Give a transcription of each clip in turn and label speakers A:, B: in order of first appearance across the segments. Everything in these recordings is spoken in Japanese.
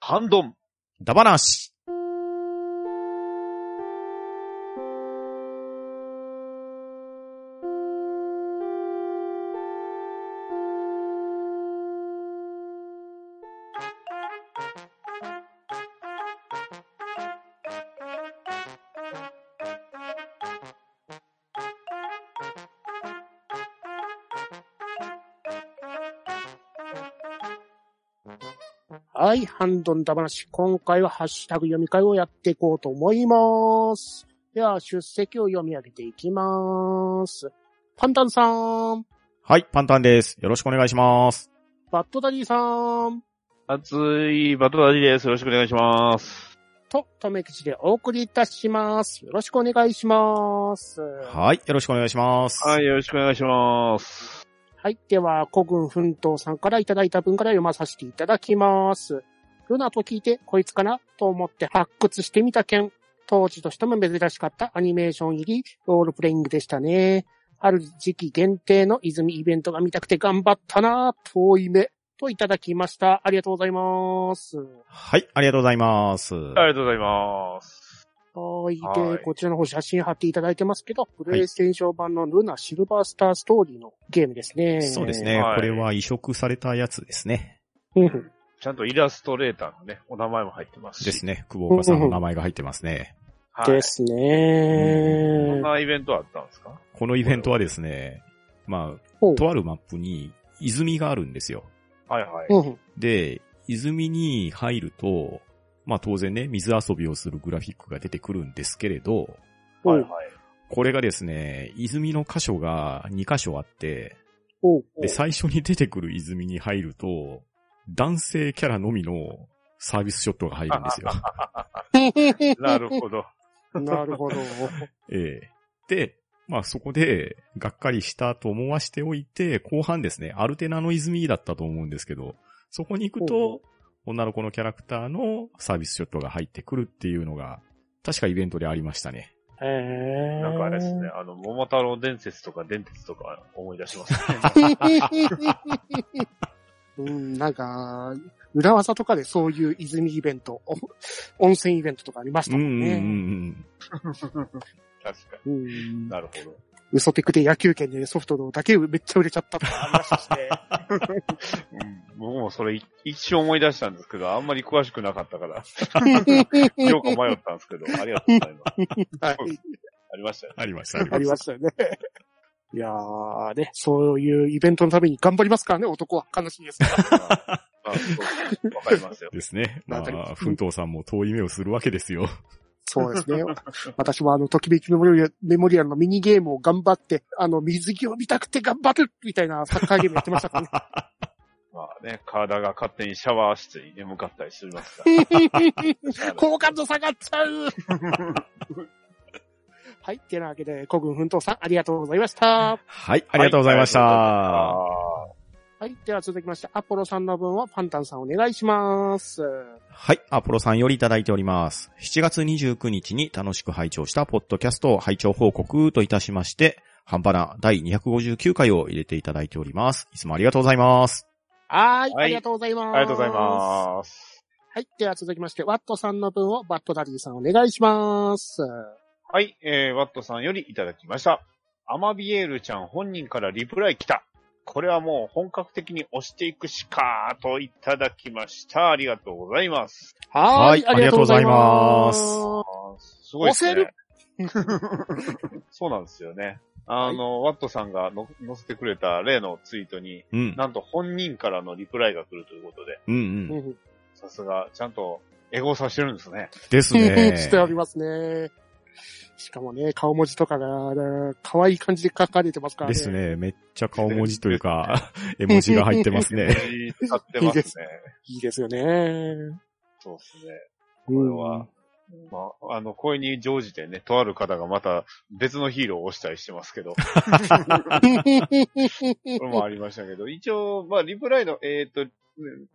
A: ハンドン。
B: ダバナシ。
C: はい、ハンドンダ話。今回はハッシュタグ読み会をやっていこうと思います。では、出席を読み上げていきます。パンタンさん、
B: はい、パンタンです。よろしくお願いします。
C: バッドダディさん、
A: 熱いバトダディです。よろしくお願いします。
C: と、とめきちでお送りいたします。よろしくお願いします。は
B: はい、よろしくお願いします。
A: はい、よろしくお願いします。
C: い、では、古軍奮闘さんからいただいた文から読まさせていただきます。ルナと聞いて、こいつかなと思って発掘してみた件。当時としても珍しかったアニメーション入りロールプレイングでしたね。ある時期限定の泉イベントが見たくて頑張ったな遠い目。といただきました。ありがとうございます。
B: はい、ありがとうございます。
A: ありがとうございます。
C: はい。
A: は
C: で、
A: い
C: こちらの方写真貼っていただいてますけど、プレイステーション版のルナシルバースターストーリーのゲームですね。
B: そうですね、
A: はい
B: これは移植されたやつですね。
C: うん。
A: ちゃんとイラストレーターのね、お名前も入ってますし。
B: ですね、久保岡さんの名前が入ってますね。
A: はい。
C: です
A: こ
C: ね
A: ん。なイベントあったんですか
B: このイベントはですね、ま
C: ほう
B: あ、とあるマップに泉があるんですよ。
A: はいはい。
C: うん。
B: で、泉に入ると、まあ当然ね、水遊びをするグラフィックが出てくるんですけれど、
C: お
A: はいは
C: う
A: い。
B: これがですね、泉の箇所が2箇所あって、
C: おう
A: お
B: で、最初に出てくる泉に入ると、男性キャラのみのサービスショットが入るんですよ。
A: なるほど。
C: なるほど。
B: ええで、まあそこで、がっかりしたと思わしておいて、後半ですね、アルテナの泉だったと思うんですけど、そこに行く
C: ほう
B: と、女の子のキャラクターのサービスショットが入ってくるっていうのが、確かイベントでありましたね。
C: へえ。
A: なんかあれですね、あの、桃太郎伝説とか伝説とか思い出します ね。
C: うん、なんか、裏技とかでそういう泉イベント、お温泉イベントとかありまし
B: う
C: た
B: ん
C: も
B: うん
C: ん
B: うんう
C: ね。
B: ん。
A: 確か
C: うん
A: に。なるほど。
C: 嘘テクで野球券でソフトのだけめっちゃ売れちゃったとかありましたしね。
A: うん僕もそれい一瞬思い出したんですけど、あんまり詳しくなかった から、評価迷ったんですけど、ありがとうございます。
C: はい
A: ありましたよね。
B: ありました、あり
C: ありましたよね。いやーね、そういうイベントのために頑張りますからね、男は。悲しいですから。
A: まあまあそうわかりますよ。
B: ですね。ま
C: わかります
B: あ、奮闘さんも遠い目をするわけですよ。
C: そうですね。私はあの、ときめきメモリアルメモリアルのミニゲームを頑張って、あの、水着を見たくて頑張るみたいなサッカーゲームやってましたからね。
A: まあね、体が勝手にシャワー室に向かったりしますか
C: うん好感度下がっちゃうはい。てなわけで、古軍奮闘さん、ありがとうございました。
B: はい、ありがとうございました。
A: ら。
B: は
A: あー
C: はい。では続きまして、アポロさんの分はパンタンさんお願いします。
B: い、アポロさんよりいただいております。7月29日に楽しく拝聴したポッドキャストを拝聴報告といたしまして、半端な第259回を入れていただいております。いつもありがとうございます。
C: はい。
A: はい
C: ありがとうございます。
A: ありがとうございます。
C: はい。では続きまして、ワットさんの分をバットダディさんお願いします。
A: はい、えー、ワットさんよりいただきました。アマビエールちゃん本人からリプライ来た。これはもう本格的に押していくしかーといただきました。ありがとうございます。
C: は
B: はいありがとう
C: は
A: あーすごいですね。
C: 押
A: そうなんですよね。あの、ワットさんがの載せてくれた例のツイートに、
B: うん。
A: なんと本人からのリプライが来るということで、
B: うん
C: い
B: うん。
C: うん
A: さすが、ちゃんと、エゴさしてるんですね。
B: です
C: うん
B: ね。
C: しておりますね。しかもね、顔文字とかが、ね可愛い感じで書かれてますからね。
B: ですね。めっちゃ顔文字というか、 絵文字が入ってます ね。
A: 使ってます
C: いい
A: ね
C: で。いいです よね。
A: そうですね。
C: こ
A: これは、まあ、あの、これに乗じてね、とある方がまた別のヒーローを押したりしてますけど、これもありましたけど、一応、まあ、リプライの、えっ、と、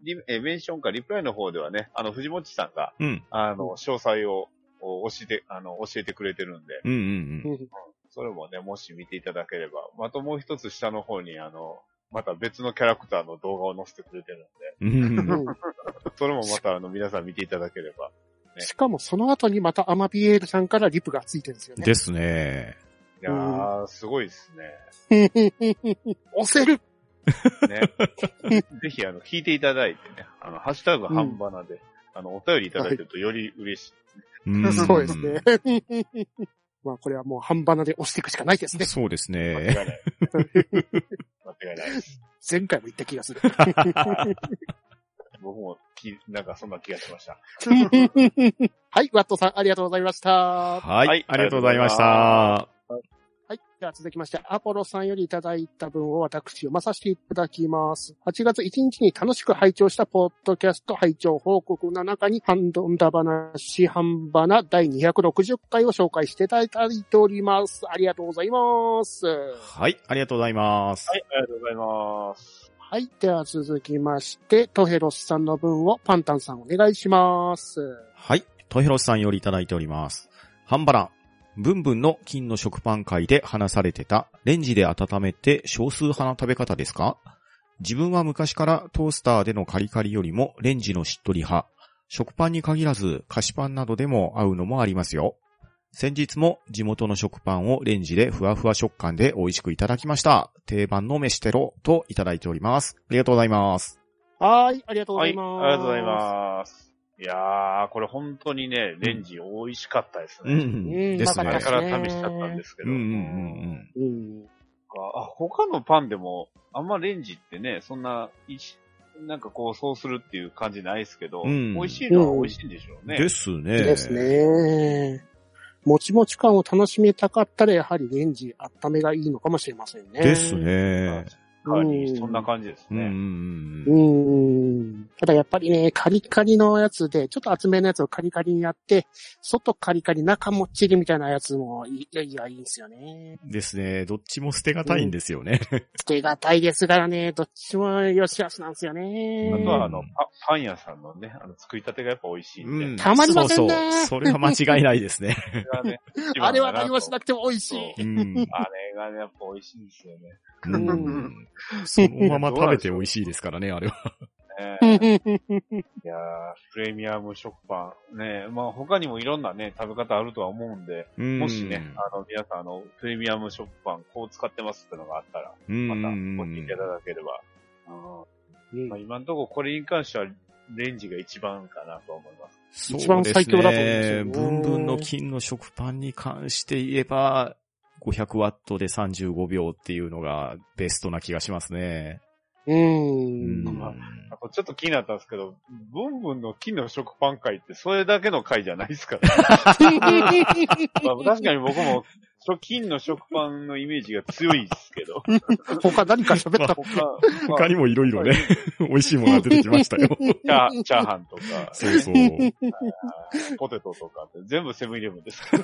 A: リえーメンションかリプライの方ではね、あの、藤本さんが、
B: うん。
A: あの、詳細を、お教えて、あの、教えてくれてるんで、
B: うんうんうん。
A: それもね、もし見ていただければ、またもう一つ下の方に、あの、また別のキャラクターの動画を載せてくれてるんで、
B: うんうんうん。
A: それもまたあの皆さん見ていただければ。
C: しかもその後にまたアマビエールさんからリプがついてるんですよね。
B: ですね。
A: いやー、すごいですね。
C: 押せる
A: ね。ぜひ、あの、聞いていただいてね、あの、ハッシュタグ半ばなで、あの、お便りいただけるとより嬉しい。
B: うん
C: すごいですね。。 まあこれはもう半端なで押していくしかないですね。
B: そうです
A: 間
B: ね。
A: 違いない。間違いないです。
C: 前回も言った気 がする。
A: 僕もき、なんかそんな気がしました。
C: はい、ワットさんありがとうございました。は
B: は
A: はいい。
B: ありがとうございました。
C: い、では続きまして、アポロさんよりいただいた分を私読まさせていただきます。8月1日に楽しく拝聴したポッドキャスト拝聴報告の中に、ハンドンダ話、ハンバナ第260回を紹介していただいております。ありがとうございます。
B: はい。ありがとうございます。
A: はい、ありがとうございます。
C: はい。では続きまして、トヘロスさんの分をパンタンさんお願いします。
B: はい。トヘロスさんよりいただいております。ハンバラ。ブンブンの金の食パン会で話されてた、レンジで温めて少数派な食べ方ですか自分は昔からトースターでのカリカリよりもレンジのしっとり派。食パンに限らず菓子パンなどでも合うのもありますよ。先日も地元の食パンをレンジでふわふわ食感で美味しくいただきました。定番の飯テロといただいております。ありがとうございます。
C: はい。ありがとうご
A: は
C: ざ
A: い、あ
C: い
A: り
C: ます。
A: がとうございます。いやー、これ本当にね、レンジ美味しかったです
B: う
A: ね。
B: ん。
C: うん
B: です
C: うま
A: 前
C: か
B: ね
C: っ。
A: から試しちゃったんですけ
B: う
A: ど。
B: んうんうんうん。
C: うん。
A: かあ、他のパンでも、あんまレンジってね、そんな、いしなんかこう、そうするっていう感じないですけど、
B: うん
A: 美味しいのは美味しいんでしょうね。
B: ですね。
C: です。ね。もちもち感を楽しめたかったら、やはりレンジ温めがいいのかもしれませんね。
B: です。ね。
A: 確かに、そんな感じです
B: うんう
A: ね。
B: んうん。
C: うん。ただやっぱりね、カリカリのやつで、ちょっと厚めのやつをカリカリにやって、外カリカリ、中もっちりみたいなやつもいい、いやいや、いいんですよね。
B: ですね。どっちも捨てがたいんですよね。
C: 手がたいですからね、どっちもよしよしなんですよ
B: う
A: あ
B: ん
A: と
C: ね。
A: は、あの、パパン屋さんのね、あの、作りたてがやっぱ美味しいんで、
B: うん
C: たまりませんね
B: そうそう。それは間違いないですね。
A: それがね、一
C: あ
A: 番
C: れ
A: だ
C: は
A: なと
C: 何もしなくても美味しい。
B: うん。
A: あれがね、やっぱ美味しいんですよね。
B: うんそのまま食べて美味しいですからね、あれは。
A: ねいやー、プレミアム食パン。ねまあ他にもいろんなね、食べ方あるとは思うんで、も
B: も
A: しね、あの、皆さん、あの、プレミアム食パン、こう使ってますってのがあったら、
B: ま
A: また、お聞きいただければ。うんまあ、今のところ、これに関しては、レンジが一番かなと思います。
C: 一番最強だと思うんですよね
B: ブンブンの金の食パンに関して言えば、500ワットで35秒っていうのがベストな気がしますね。
C: う。
B: うんん。
A: あと、ちょっと気になったんですけど、ブンブンの金の食パン会って、それだけの会じゃないです から、まあ、確かに僕も、そ金の食パンのイメージが強いですけ ど、
C: 他何か喋った
A: 他、
B: 他にもいろいろね、 美味しいものが出てきました よ。
A: チャーチャーハンとか、
B: そうそう。
A: ポテトとかって、全部セブンイレブンですけど、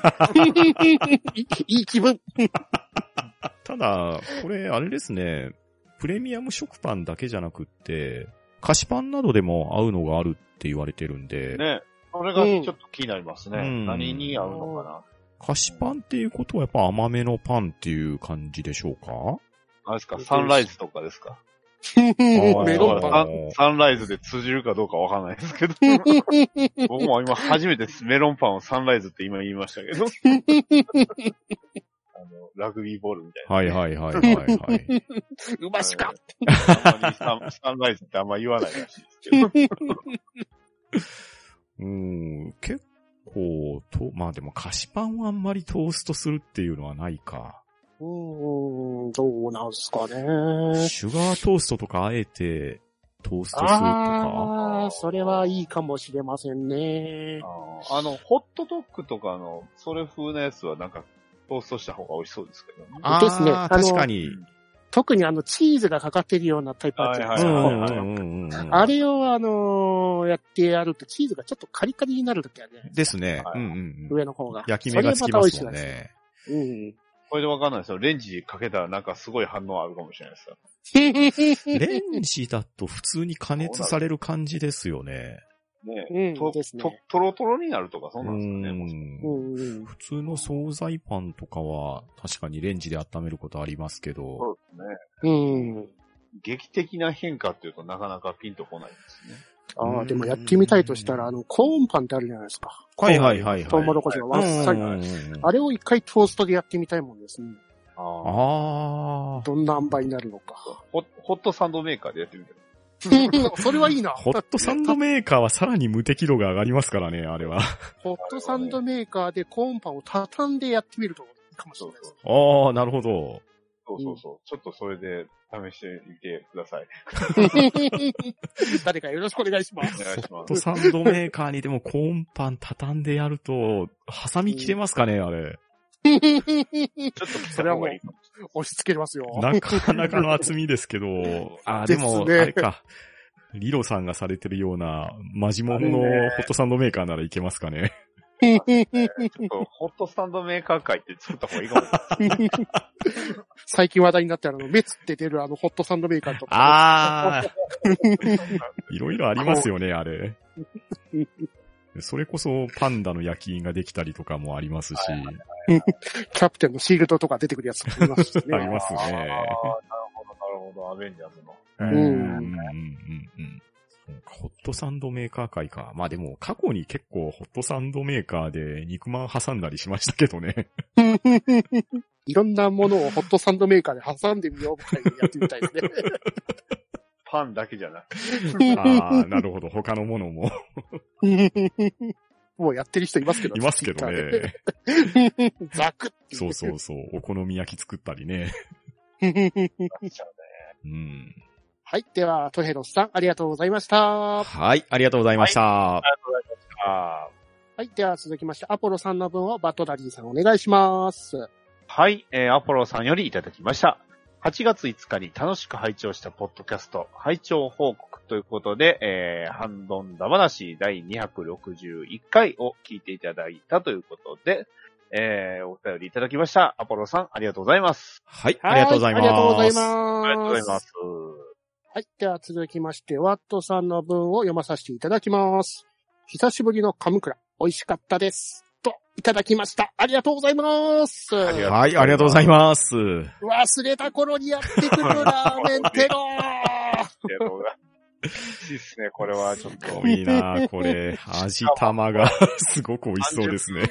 C: いいい気分。
B: ただ、これ、あれですね、プレミアム食パンだけじゃなくって、菓子パンなどでも合うのがあるって言われてるんで、
A: ね。それがちょっと気になりますね。
B: うん
A: 何に合うのかな。
B: 菓子パンっていうことはやっぱ甘めのパンっていう感じでしょうか
A: あれですか、サンライズとかですか
C: メロン
B: あー
C: パン。
A: サンサンライズで通じるかどうかわかんないですけ ど。僕も今初めてメロンパンをサンライズって今言いましたけ ど。あの、ラグビーボールみたいな。
B: はいはいはいはい はい。
C: うましか。
A: あんまりサンサンライズってあんま言わないらしいですけ ど。
B: うん、結構と、まあでも菓子パンはあんまりトーストするっていうのはないか。
C: うーん、どうなんすかね。
B: シュガートーストとかあえてトーストするとか。
C: ああ、それはいいかもしれませんね。
A: あーあの、ホットドッグとかの、それ風なやつはなんか、トーストした方が美味しそうですけどね。
B: あ
C: ですね
B: ー
C: あの
B: 確かに。
C: 特にあの、チーズがかかってるようなタイプあるじゃないです
A: は
C: か。
A: いはいはい
B: うんうんうんうんうん
C: あれをあのーやってやると、チーズがちょっとカリカリになるときはね、
B: ですね。
A: は
B: う
A: い
B: んうんうん
C: 上の方が。
B: 焼き目がつきますもんね。
C: それが
A: これでわかんないですよ。レンジかけたらなんかすごい反応あるかもしれないですよ。
C: また美味しいです。うん。
B: レンジだと普通に加熱される感じですよね。
A: ねえ
C: うん
A: と、
C: ですね
A: と、とろとろになるとかそうなんですかね。
B: うん
A: もし
C: うんうん
B: 普通の惣菜パンとかは確かにレンジで温めることありますけど、
A: そうですね。
C: うん。
A: 劇的な変化っていうとなかなかピンとこないですね。
C: ああ、でもやってみたいとしたら、あの、コーンパンってあるじゃないですか。
B: はいはいはいはい。
C: トウモロコシがわっさり。
B: うんうんうんうん
C: あれを一回トーストでやってみたいもんですね。
A: ああ
B: あ
C: どんな塩梅になるの か。
A: ホホットサンドメーカーでやってみてる。
C: それはいいな。
B: あ。ホットサンドメーカーはさらに無敵度が上がりますからね、あれは。
C: ホットサンドメーカーでコーンパンを畳んでやってみるとかもしれないです。
B: ああ、なるほど。
A: そうそうそう。ちょっとそれで試してみてください。
C: 誰かよろしくお願いしま
A: お
C: す。
A: 願いしま
B: ホ
A: す
B: ット。サンドメーカーにでもコーンパン畳んでやると、挟み切れますかね、あれ。
A: ちょっと来た方がいいかもしれない。
C: 押し付けますよ。
B: なかなかの厚みですけど、あー、でも、
C: ですね
B: あれか。リロさんがされてるような、マジモンのホットサンドメーカーならいけますかね。
A: ちょっとホットサンドメーカー界って作った方がいいかもしれない。
C: 最近話題になってあの、メツって出るあの、ホットサンドメーカーとか。
B: ああ。 いろいろありますよね、あれ。それこそパンダの焼き印ができたりとかもありますし、
C: キャプテンのシールドとか出てくるやつもいます し
B: あり
C: ね。
B: ますね
A: あーなるほど、なるほど。アベンジャーズの。
B: う
C: うん
B: んうんうんそうかホットサンドメーカー界か。まあでも過去に結構ホットサンドメーカーで肉まん挟んだりしましたけどね。
C: いろんなものをホットサンドメーカーで挟んでみようみたいにやってみたいですね。
A: パンだけじゃなくて。
B: ああ、なるほど。他のものも
C: もうやってる人いますけど
B: いますけど。ね。
C: Twitter でザクって
B: そうそうそう。お好み焼き作ったりね。うん。
C: はい。では、トヘロスさん、ありがとうございました。
B: はい、ありがとうございました。
A: あー
C: はい。では、続きまして、アポロさんの分をバトラリーさんお願いします。
A: はい、えー、アポロさんよりいただきました。8月5日に楽しく拝聴したポッドキャスト、拝聴報告ということで、えー、ハンドンダ話第261回を聞いていただいたということで、えー、お便りいただきました。アポロさん、ありがとうございます。
B: はい、
C: は
B: ありがとうございます。
C: ありがとうござ
A: あ
C: います。
A: りがとうございます。
C: はい。では続きまして、ワットさんの文を読まさせていただきます。久しぶりのカムクラ、美味しかったです。と、いただきました。ありがとうございます。
A: ありがとうございます
B: はい、ありがとうございます。
C: 忘れた頃にやってくるラーメンテロ
A: ありがとうございます。いいっすね、これはちょっ と。
B: 多いなこれ。味玉がすごく美味しそうですね。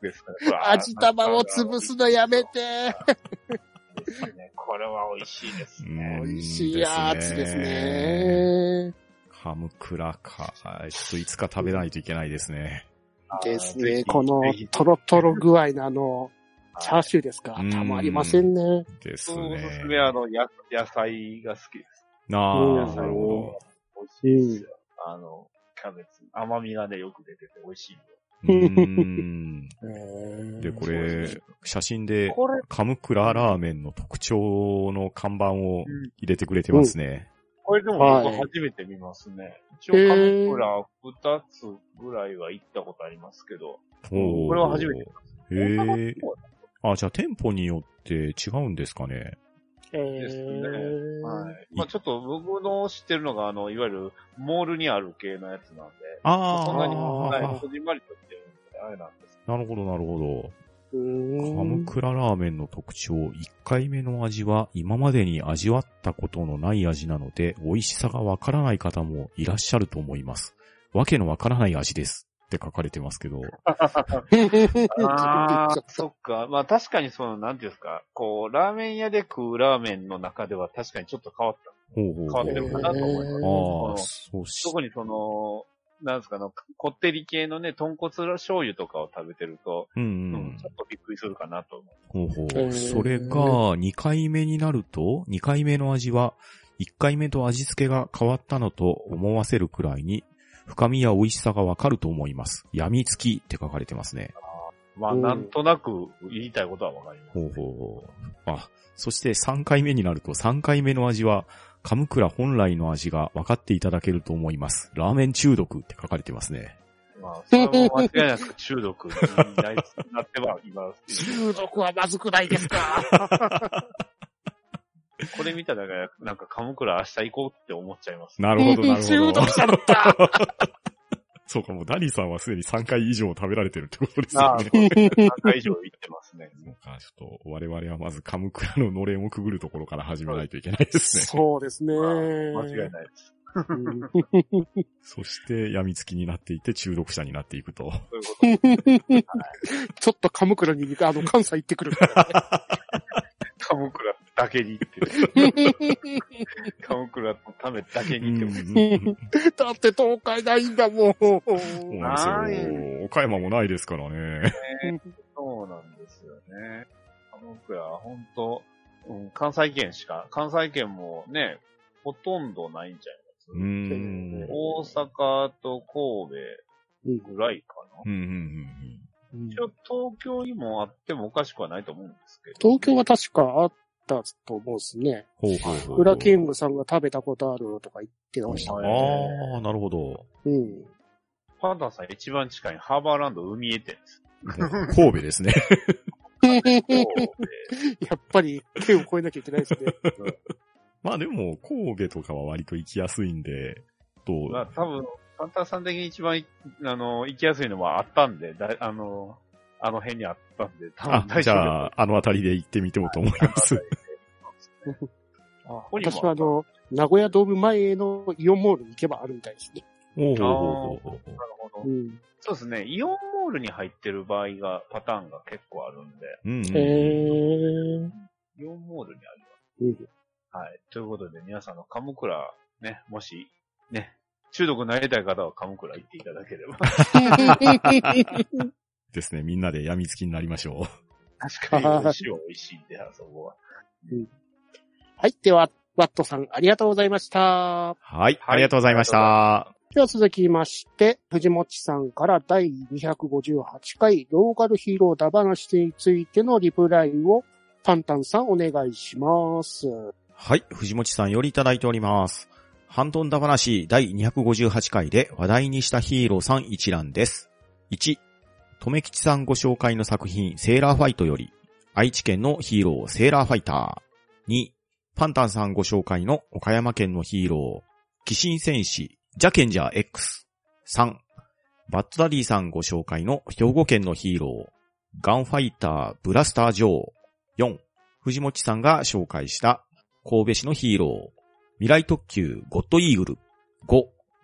A: ですね。
C: 味玉を潰すのやめて。
A: これは美味しいです
B: う
A: ね。
B: ん
C: 美味しいやつです
B: ですね
C: ね。
B: ハムクラか。ちょっといつか食べないといけないですね。
C: です
A: ぜ
C: ね。
A: ひ
C: この
A: ぜひ
C: トロトロ具合のあの、チャー
A: シ
C: シューですか
B: うん。
C: たまりませんね。
B: です
A: ューおす
B: ね
A: す。めはあの、や野菜が好きです。
B: なあ
C: うん
B: なるほ
A: 美味しいですよ。あの、キャベツ。甘みがね、よく出てて美味しいよ。
B: ど。うん。で、
C: で
B: こ
A: そうで
B: れ
A: す、
B: 写真で、
A: これ、
B: カムクララーメンの特徴の看板を入れてくれてますね。
A: これでも
C: はい
A: 僕初めて見ますね。一応
C: へー
A: カムフラ二つぐらいは行ったことありますけど。
B: おー
A: これは初めて。こんな
B: へえ。
A: こ
B: あ、じゃあ店舗によって違うんですかね。
C: え
A: ですねとは
C: ー
A: い。まあちょっと僕の知ってるのが、あの、いわゆるモールにある系のやつなんで、
B: ああ、
A: そんなにもない、
B: な
A: こじんまりとってるんで、あれなんですけど
B: るほど、なるほど。
C: うーん
B: カ ムクララーメンの特徴、1回目の味は今までに味わったことのない味なので、美味しさがわからない方もいらっしゃると思います。わけのわからない味です。って書かれてますけど。
A: ああ
C: ちょっ、と
A: そっか。まあ確かにその、なんていうんですか、こう、ラーメン屋で食うラーメンの中では確かにちょっと変わった。
B: ほうほう
A: 変
B: ほ
A: わってるか
B: う。
A: なと思います。
C: へ
B: あ
A: この
B: あ、そうし、
A: 特にその、なんですか、あの、こってり系のね、豚骨醤油とかを食べてると、
B: う、
A: うん
B: うん
A: ん、ちょっとびっくりするかなと思う。
B: ほうほ
C: え
B: う。
C: ー
B: それが、2回目になると、2回目の味は、1回目と味付けが変わったのと思わせるくらいに、深みや美味しさがわかると思います。病みつきって書かれてますね。
A: まあ、
C: うん
A: なんとなく言いたいことはわかります。
B: ほうほう。あ、そして3回目になると、3回目の味は、カムクラ本来の味が分かっていただけると思います。ラーメン中毒って書かれてますね。
A: まあ、それも間違いなく中毒になりつつなってはいます。
C: 中毒はまずくないで すか
A: これ見ただけで、なんか、カムクラ明日行こうって思っちゃいます。
B: な
C: 中毒者だった。
B: そうか、もうダニーさんはすでに3回以上食べられてるってことです
A: あ
B: よ
A: あ、
B: ね
A: そ。 うですね。3回以上行ってますね。
B: そうか、ちょっと、我々はまずカムクラののれんをくぐるところから始めないといけないですね。
C: そうですね。
A: まあ間違いないです。
C: うん
B: そして、病みつきになっていて、中毒者になっていくと。
A: そういうこと。
C: ちょっと鎌倉に似て、あの、関西行ってくる。
A: 鎌倉だけにって。 鎌倉のためだけ
B: う
A: にってこと。
B: ん
C: だって東海ないんだもん。
B: そうなんですよ。岡山もないですからね。
A: そうなんですよね。鎌倉は本当、うん、関西圏しか、関西圏もね、ほとんどないんじゃ
B: う
A: ない
B: ん。
A: ですか。大阪と神
C: うん
A: 戸ぐらいかな。
B: うんうんうん
A: 一応東京にもあってもおかしくはないと思うんですけど。
C: 東京は確かあったと思うんですね。
B: ほうほうほう。
C: 裏キングさんが食べたことあるとか言ってました。
A: は
B: ああ、なるほど。
C: うん。
A: パンダさん一番近いハーバーランド海江店です。
B: 神戸ですね。
A: 神
C: やっぱり、県を越えなきゃいけないです ね。
B: まあでも、神戸とかは割と行きやすいんで、
A: 戸
B: と、
A: まあ多分、パンダさん的に一番い、あの、行きやすいのはあったんで、だあの、あの辺にあったんで、多分
B: あ、
A: 大
B: じ
A: 丈夫
B: ゃあ、あの辺りで行ってみてもと思います。
A: あここにも
C: 私はあの、名古屋ドーム前のイオンモールに行けばあるみたいですね。
B: お
A: ー
B: お
A: なるほど
C: う。ん。
A: そうですね。イオンモールに入ってる場合が、パターンが結構あるんで、
B: うん
C: へー。
A: イオンモールにありま
C: うん
A: す。はい。ということで、皆さんの鎌倉、ね、もし、ね、中毒になりたい方は鎌倉行っていただければ。
B: ですね。みんなで病みつきになりましょ
A: 確かに、美味しいは美味しいんで、あそこは。
C: はい。では、ワットさん、ありがとうございました
B: う。。はい。ありがとうございました。
C: では続きまして、藤持さんから第258回ローカルヒーローだ話についてのリプライをパンタンさんお願いします。
B: はい。藤持さんよりいただいております。ハントンダ話第258回で話題にしたヒーローさん一覧です。1、とめきちさんご紹介の作品セーラーファイトより、愛知県のヒーローセーラーファイター。2、パンタンさんご紹介の岡山県のヒーロー、鬼神戦士、ジャケンジャー X。3、バッドダディさんご紹介の兵庫県のヒーロー、ガンファイター、ブラスター・ジョー。4、藤持さんが紹介した神戸市のヒーロー、未来特急ゴッドイーグル。5、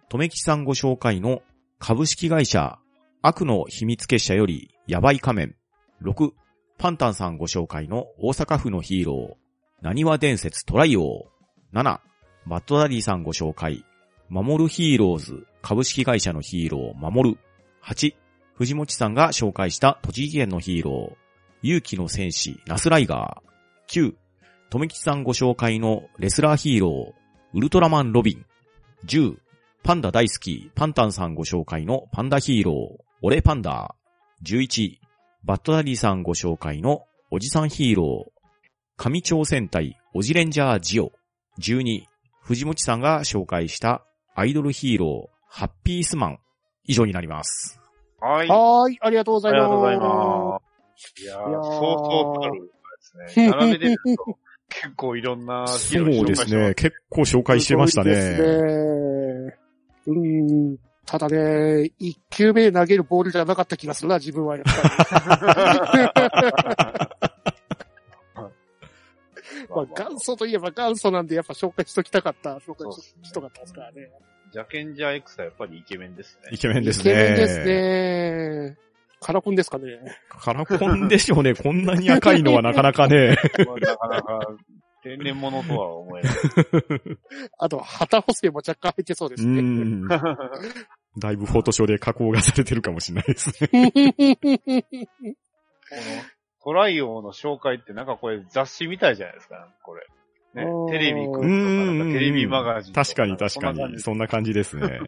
B: とめきさんご紹介の株式会社悪の秘密結社よりやばい仮面。6、パンタンさんご紹介の大阪府のヒーロー、なにわ伝説トライ王。7、バッドダディさんご紹介、守るヒーローズ株式会社のヒーロー、守る。8、藤持さんが紹介した栃木県のヒーロー、勇気の戦士ナスライガー。9、とめきさんご紹介のレスラーヒーロー、ウルトラマンロビン。10、パンダ大好き、パンタンさんご紹介のパンダヒーロー、俺パンダ。11、バッドダディさんご紹介のおじさんヒーロー、神超戦隊、おじレンジャージオ。12、藤持さんが紹介したアイドルヒーロー、ハッピースマン。以上になります。
A: はい。あ
C: はーい、ありがとうござい
A: り
C: ま
A: が
C: す。
A: とうございます。いやー、
C: いやー
A: そうそうたるですね。並べてみると、結構いろんなヒーロー紹介してます。
B: 結構紹介
C: すごいですねうん、ただね、1球目で投げるボールじゃなかった気がするな、自分はやっぱり。まあ、元祖といえば元祖なんで、やっぱ紹介しときたかった、紹介しときたかったですからね。
A: ジャケンジャー X はやっぱりイケメンですね
B: イ。ケメンですね。
C: イケメンですね。カラコンですかね。
B: カラコンでしょうね。こんなに赤いのはなかなかね。
A: まあなかなか天然物とは思えない。
C: あと、旗補正も若干入ってそうで
B: う
C: す ね。
B: ん。だいぶフォトショーで加工がされてるかもしれないですね。
A: このトライ王の紹介ってなんかこれ雑誌みたいじゃないですか、これ。ね
C: お、ー
A: テレビく
B: うん
A: とか、
B: ん
A: な
B: うんん。
A: かテレビマガジンと
B: 確かに確
A: そん
B: か
A: な感
B: に。
A: じ
B: そんな感じですね。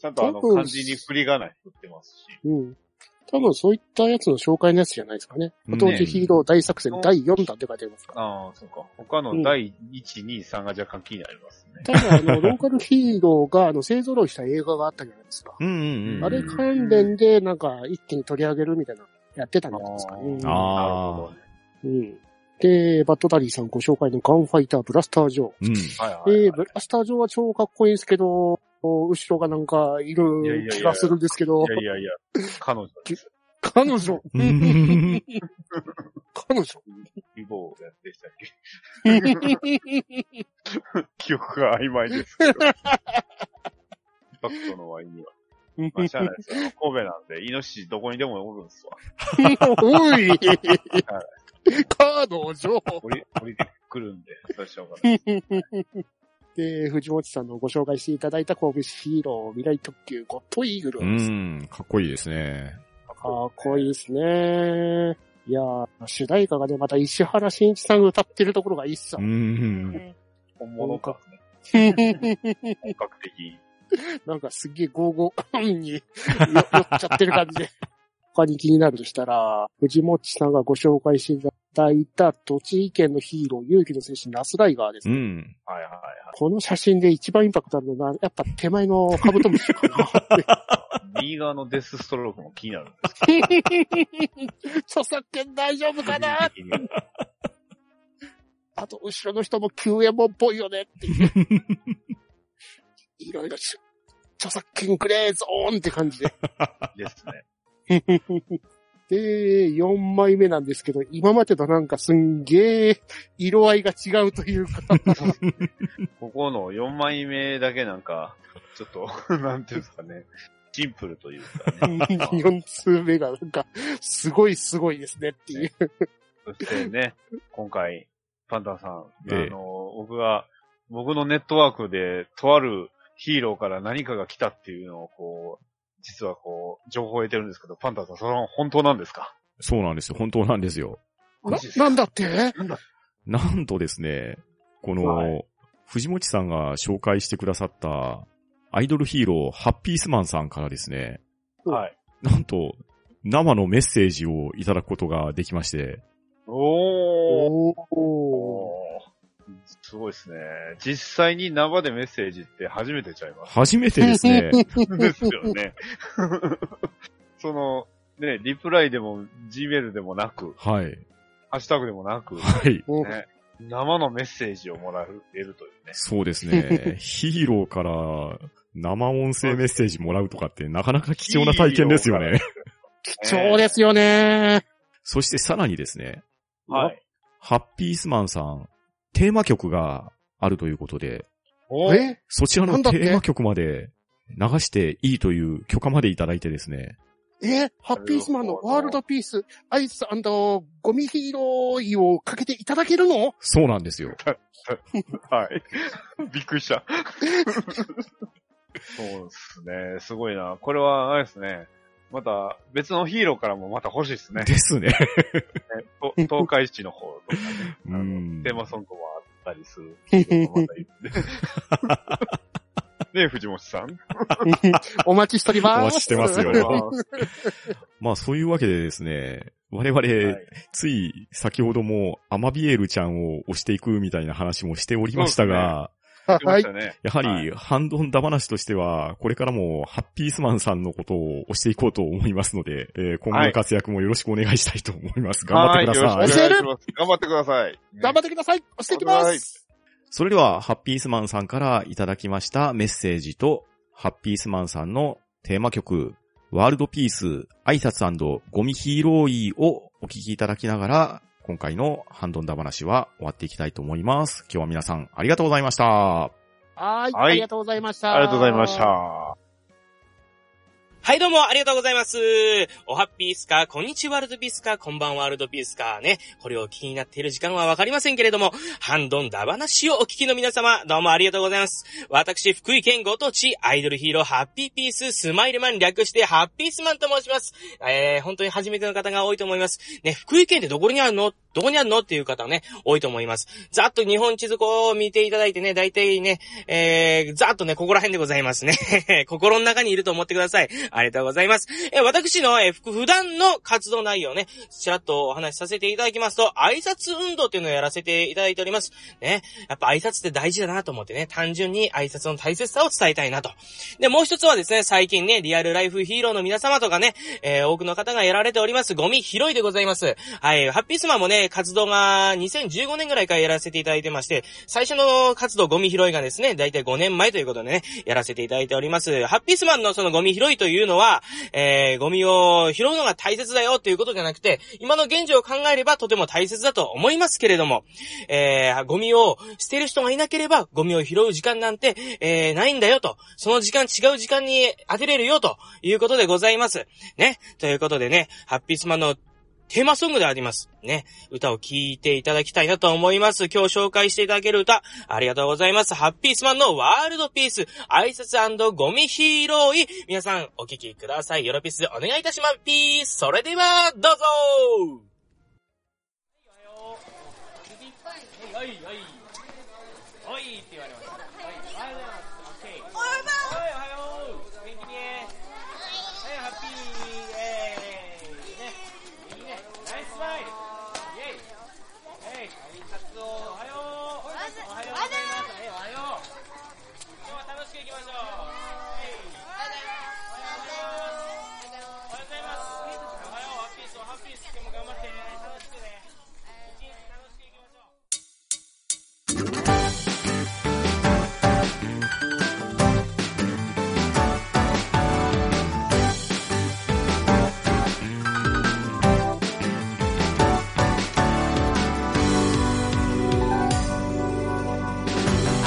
A: ちゃんとあの
C: 多分
A: 漢字に振りがない振ってますし。
C: うん。多分そういったやつの紹介のやつじゃないですかね。ご当地ヒーロー大作戦第4弾って書いてありますから。
A: ああ、そうか。他の第1、2、3が若干気になりますね。
C: ただ、あの、ローカルヒーローが、あの、勢揃いした映画があったじゃないですか。
B: うんうんうん。
C: あれ関連で、なんか、一気に取り上げるみたいな、やってたんじゃないですかね。
B: あー
A: なるほどね。
C: うん。で、バッドダディさんご紹介のガンファイターブラスター・ジョー。
B: うん。
A: はいはい、は
C: えー、
A: い。
C: ブラスター上は超かっこいいんですけど、後ろがなんかいる気がするんですけど、
A: いやいやいや、彼女です。
C: 彼女。
B: うん
C: 彼女。
A: リボーでしたっけ 記憶が曖昧ですけど。パクトの割には。まあ、しゃあないですよ。神戸なんで、イノシシどこにでもおるんですわ。
C: おい彼女
A: 降り、降りてくるんで、どうしようかな。
C: で、藤本さんのご紹介していただいた神戸市ヒーロー未来特急ゴッドイーグル。
B: う
C: か
B: ん、かっこいいですね。
C: っこいいですね。いやー主題歌がね、また石原慎一さんが歌ってるところがいいっす
B: う
C: わ。
B: ん。
A: 本物か、ね。 本格的。
C: なんかすっげえゴーゴーによ酔っちゃってる感じで。他に気になるとしたら、藤本さんがご紹介していただいた栃木県のヒーロー、勇気の戦士、ナスライガーです
B: う
C: ね。
B: ん。
A: はいはいは
C: この写真で一番インパクトあるのが、やっぱ手前のカブトムシかな。
A: い。右側のデスストロークも気になるんで
C: 著作権大丈夫か
A: す
C: な
A: けど。
C: あと、後ろの人も救援もっぽいよねっていう。いろいろし、著作権グレーゾーンって感じで。
A: ですね。
C: で、4枚目なんですけど、今までとなんかすんげえ色合いが違うとい うか、
A: ここの4枚目だけなんか、ちょっと、 なんていうんですかね。シンプルというかね。
C: 4通目がなんか、すごいすごいですねっていう。
A: そしてね、今回、パンタンさん、
B: ええ
A: あの、僕が、僕のネットワークで、とあるヒーローから何かが来たっていうのを、こう、実はこう、情報を得てるんですけど、パンタンさん、それは本当なんですか
B: そうなんですよ。本当なんですよ。
A: マジです
C: な、なんだって
B: なんとですね、こ
A: は
B: の、藤持さんが紹介してくださった、アイドルヒーロー、ハッピースマンさんからですね、
C: うん
A: はい。
B: なんと、生のメッセージをいただくことができまして、
A: おー。
C: おお
A: すごいですね。実際に生でメッセージって初めてちゃいます。
B: 初めてです ね、
A: ですよね。その、ね、リプライでも、Gmail でもなく、
B: はい、
A: ハッシュタグでもなく、
B: はい、
C: ー。
A: ね、生のメッセージをもらえるというね。
B: そうで すね、ヒーローから生音声メッセージもらうとかってなかなか貴重な体験ですよね。
C: 貴重ですよね。
B: そしてさらにですね、
A: はい。
B: ハッピースマンさん、テーマ曲があるということで、
A: お
C: え
B: そちら
C: な
B: の
C: んだっ
B: テ
C: け
B: ーマ曲まで流していいという許可までいただいてですね。
C: えーハッピースマンのワールドピース、アイスゴミヒーローをかけていただける の
B: そうなんですよ。
A: はい。 びっくりした。そうですね。すごいな。これは、あれですね。また、別のヒーローからもまた欲しいですね。
B: ですね。
A: と東海市の方とかね。 あ
B: う
A: の
B: ん
A: テーマソングもあったりするヒーローもまたいるんで。ねえ、藤本さん。
C: お待ちしております。
B: お待ちしてますよ
A: これは
B: まあそういうわけでですね、我々、
A: はい
B: つい先ほどもアマビエルちゃんを押していくみたいな話もしておりましたが、
A: 言ってま
C: は
A: し
C: い
A: た。ね。
B: やは
A: は
B: り、ハンドンダ話としては、これからも、ハッピースマンさんのことを押していこうと思いますので、えー今後の活躍もよろしくお願いしたいと思います。頑張ってくださ
A: はいよろし
C: 教
A: くお
C: える
A: 願いします頑張ってください。
C: 頑張ってください。押していきます。
B: それでは、ハッピースマンさんからいただきましたメッセージと、ハッピースマンさんのテーマ曲、ワールドピース、挨拶ゴミヒーローイーをお聞きいただきながら、今回のハンドンダ話は終わっていきたいと思います。今日は皆さんありがとうございました。
C: はい。
A: はい
C: ありがとうございました。
A: ありがとうございました。
D: はい、どうもありがとうございます。おはっぴーすか、こんにちはワールドピースか、こんばんはワールドピースかね。これを気になっている時間はわかりませんけれども、ハンドンダ話をお聞きの皆様、どうもありがとうございます。私、福井県ご当地、アイドルヒーロー、ハッピーピース、スマイルマン略して、ハッピースマンと申します。えー、本当に初めての方が多いと思います。ね、福井県ってどこにあるのどこにあるのっていう方ね、多いと思います。ざっと日本地図こう見ていただいてね、大体ね、えー、ざっとね、ここら辺でございますね。 心の中にいると思ってください。 ありがとうございます。えー私の、えーふ普段の活動内容ね、ちらっとお話しさせていただきますと、挨拶運動っていうのをやらせていただいております。ね。やっぱ挨拶って大事だなと思ってね、単純に挨拶の大切さを伝えたいなと。で、もう一つはですね、最近ね、リアルライフヒーローの皆様とかね、えー多くの方がやられております、ゴミ拾いでございます。はい、ハッピースマンもね、ね、活動が2015年ぐらいからやらせていただいてまして、最初の活動ゴミ拾いがですね、だいたい5年前ということでね、やらせていただいております。ハッピースマンのそのゴミ拾いというのは、えー、ゴミを拾うのが大切だよということじゃなくて、今の現状を考えればとても大切だと思いますけれども、えー、ゴミを捨てる人がいなければ、ゴミを拾う時間なんて、えー、ないんだよと、その時間違う時間に当てれるよということでございます。ね。ということでね、ハッピースマンのテーマソングであります。ね。歌を聴いていただきたいなと思います。今日紹介していただける歌、ありがとうございます。ハッピースマンのワールドピース、挨拶ゴミ拾い。皆さん、お聴きください。よろピースでお願いいたします。ピース。それでは、どうぞはい、はい。はいって言われました。はい、はい、はい。はい、はい、元気にね。はい、ハッピー。イェーイ。ね。いいね。ナイススマイル。イェイ。はい、活動、おはよう。おはようございます。はい、おはよう。今日は楽しくいきましょう。はい。おはようございます。おはよう、ハッピース、ハッピース。今日も頑張ってね。楽しくね。一日楽しくいきましょう。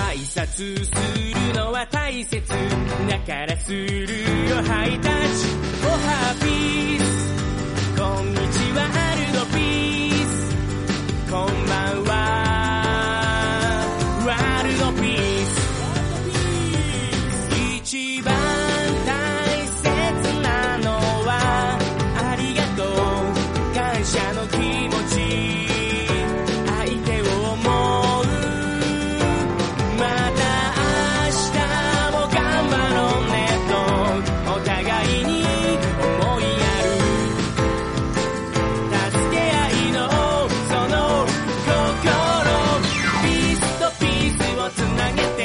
E: 挨拶するのは大切だからするよハイタッチおはピースこんにちはアルドピースこんばんはワールドピース一番大切なのはありがとう感謝の気持ち相手を思うまた明日も頑張ろうねとお互いに思いやる助け合いのその心ピースとピースをつなげて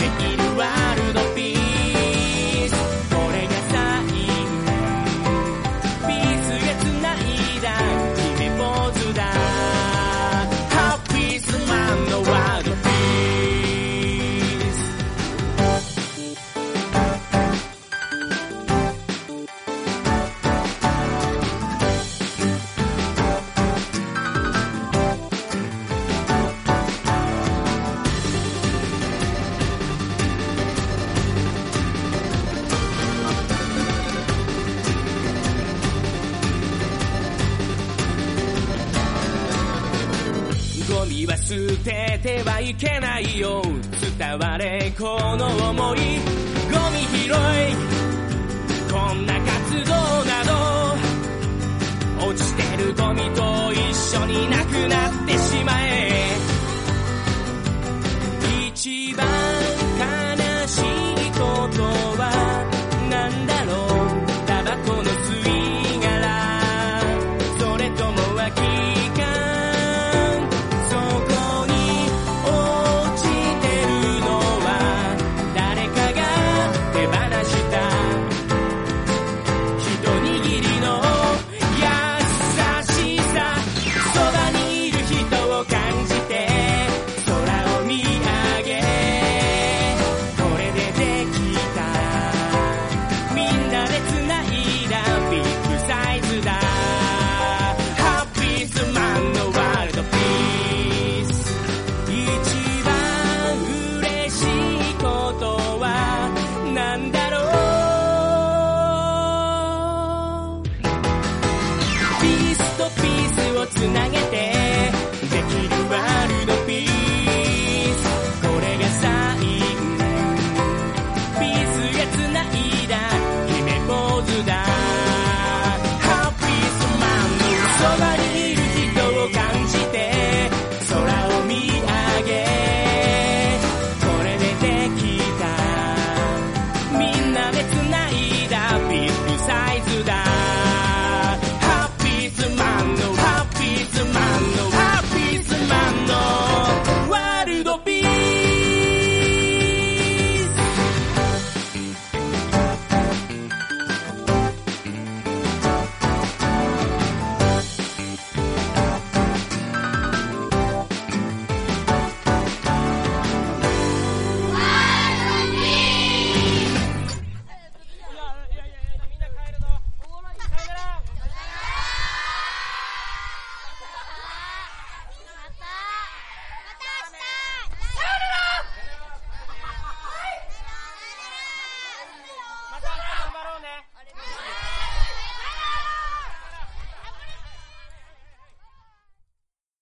E: できるワールドピースこれが最後ピースがつないだ決めポーズだハッピースマンのワールドピースゴミは捨ててはいけないよ伝われこの想いゴミ拾い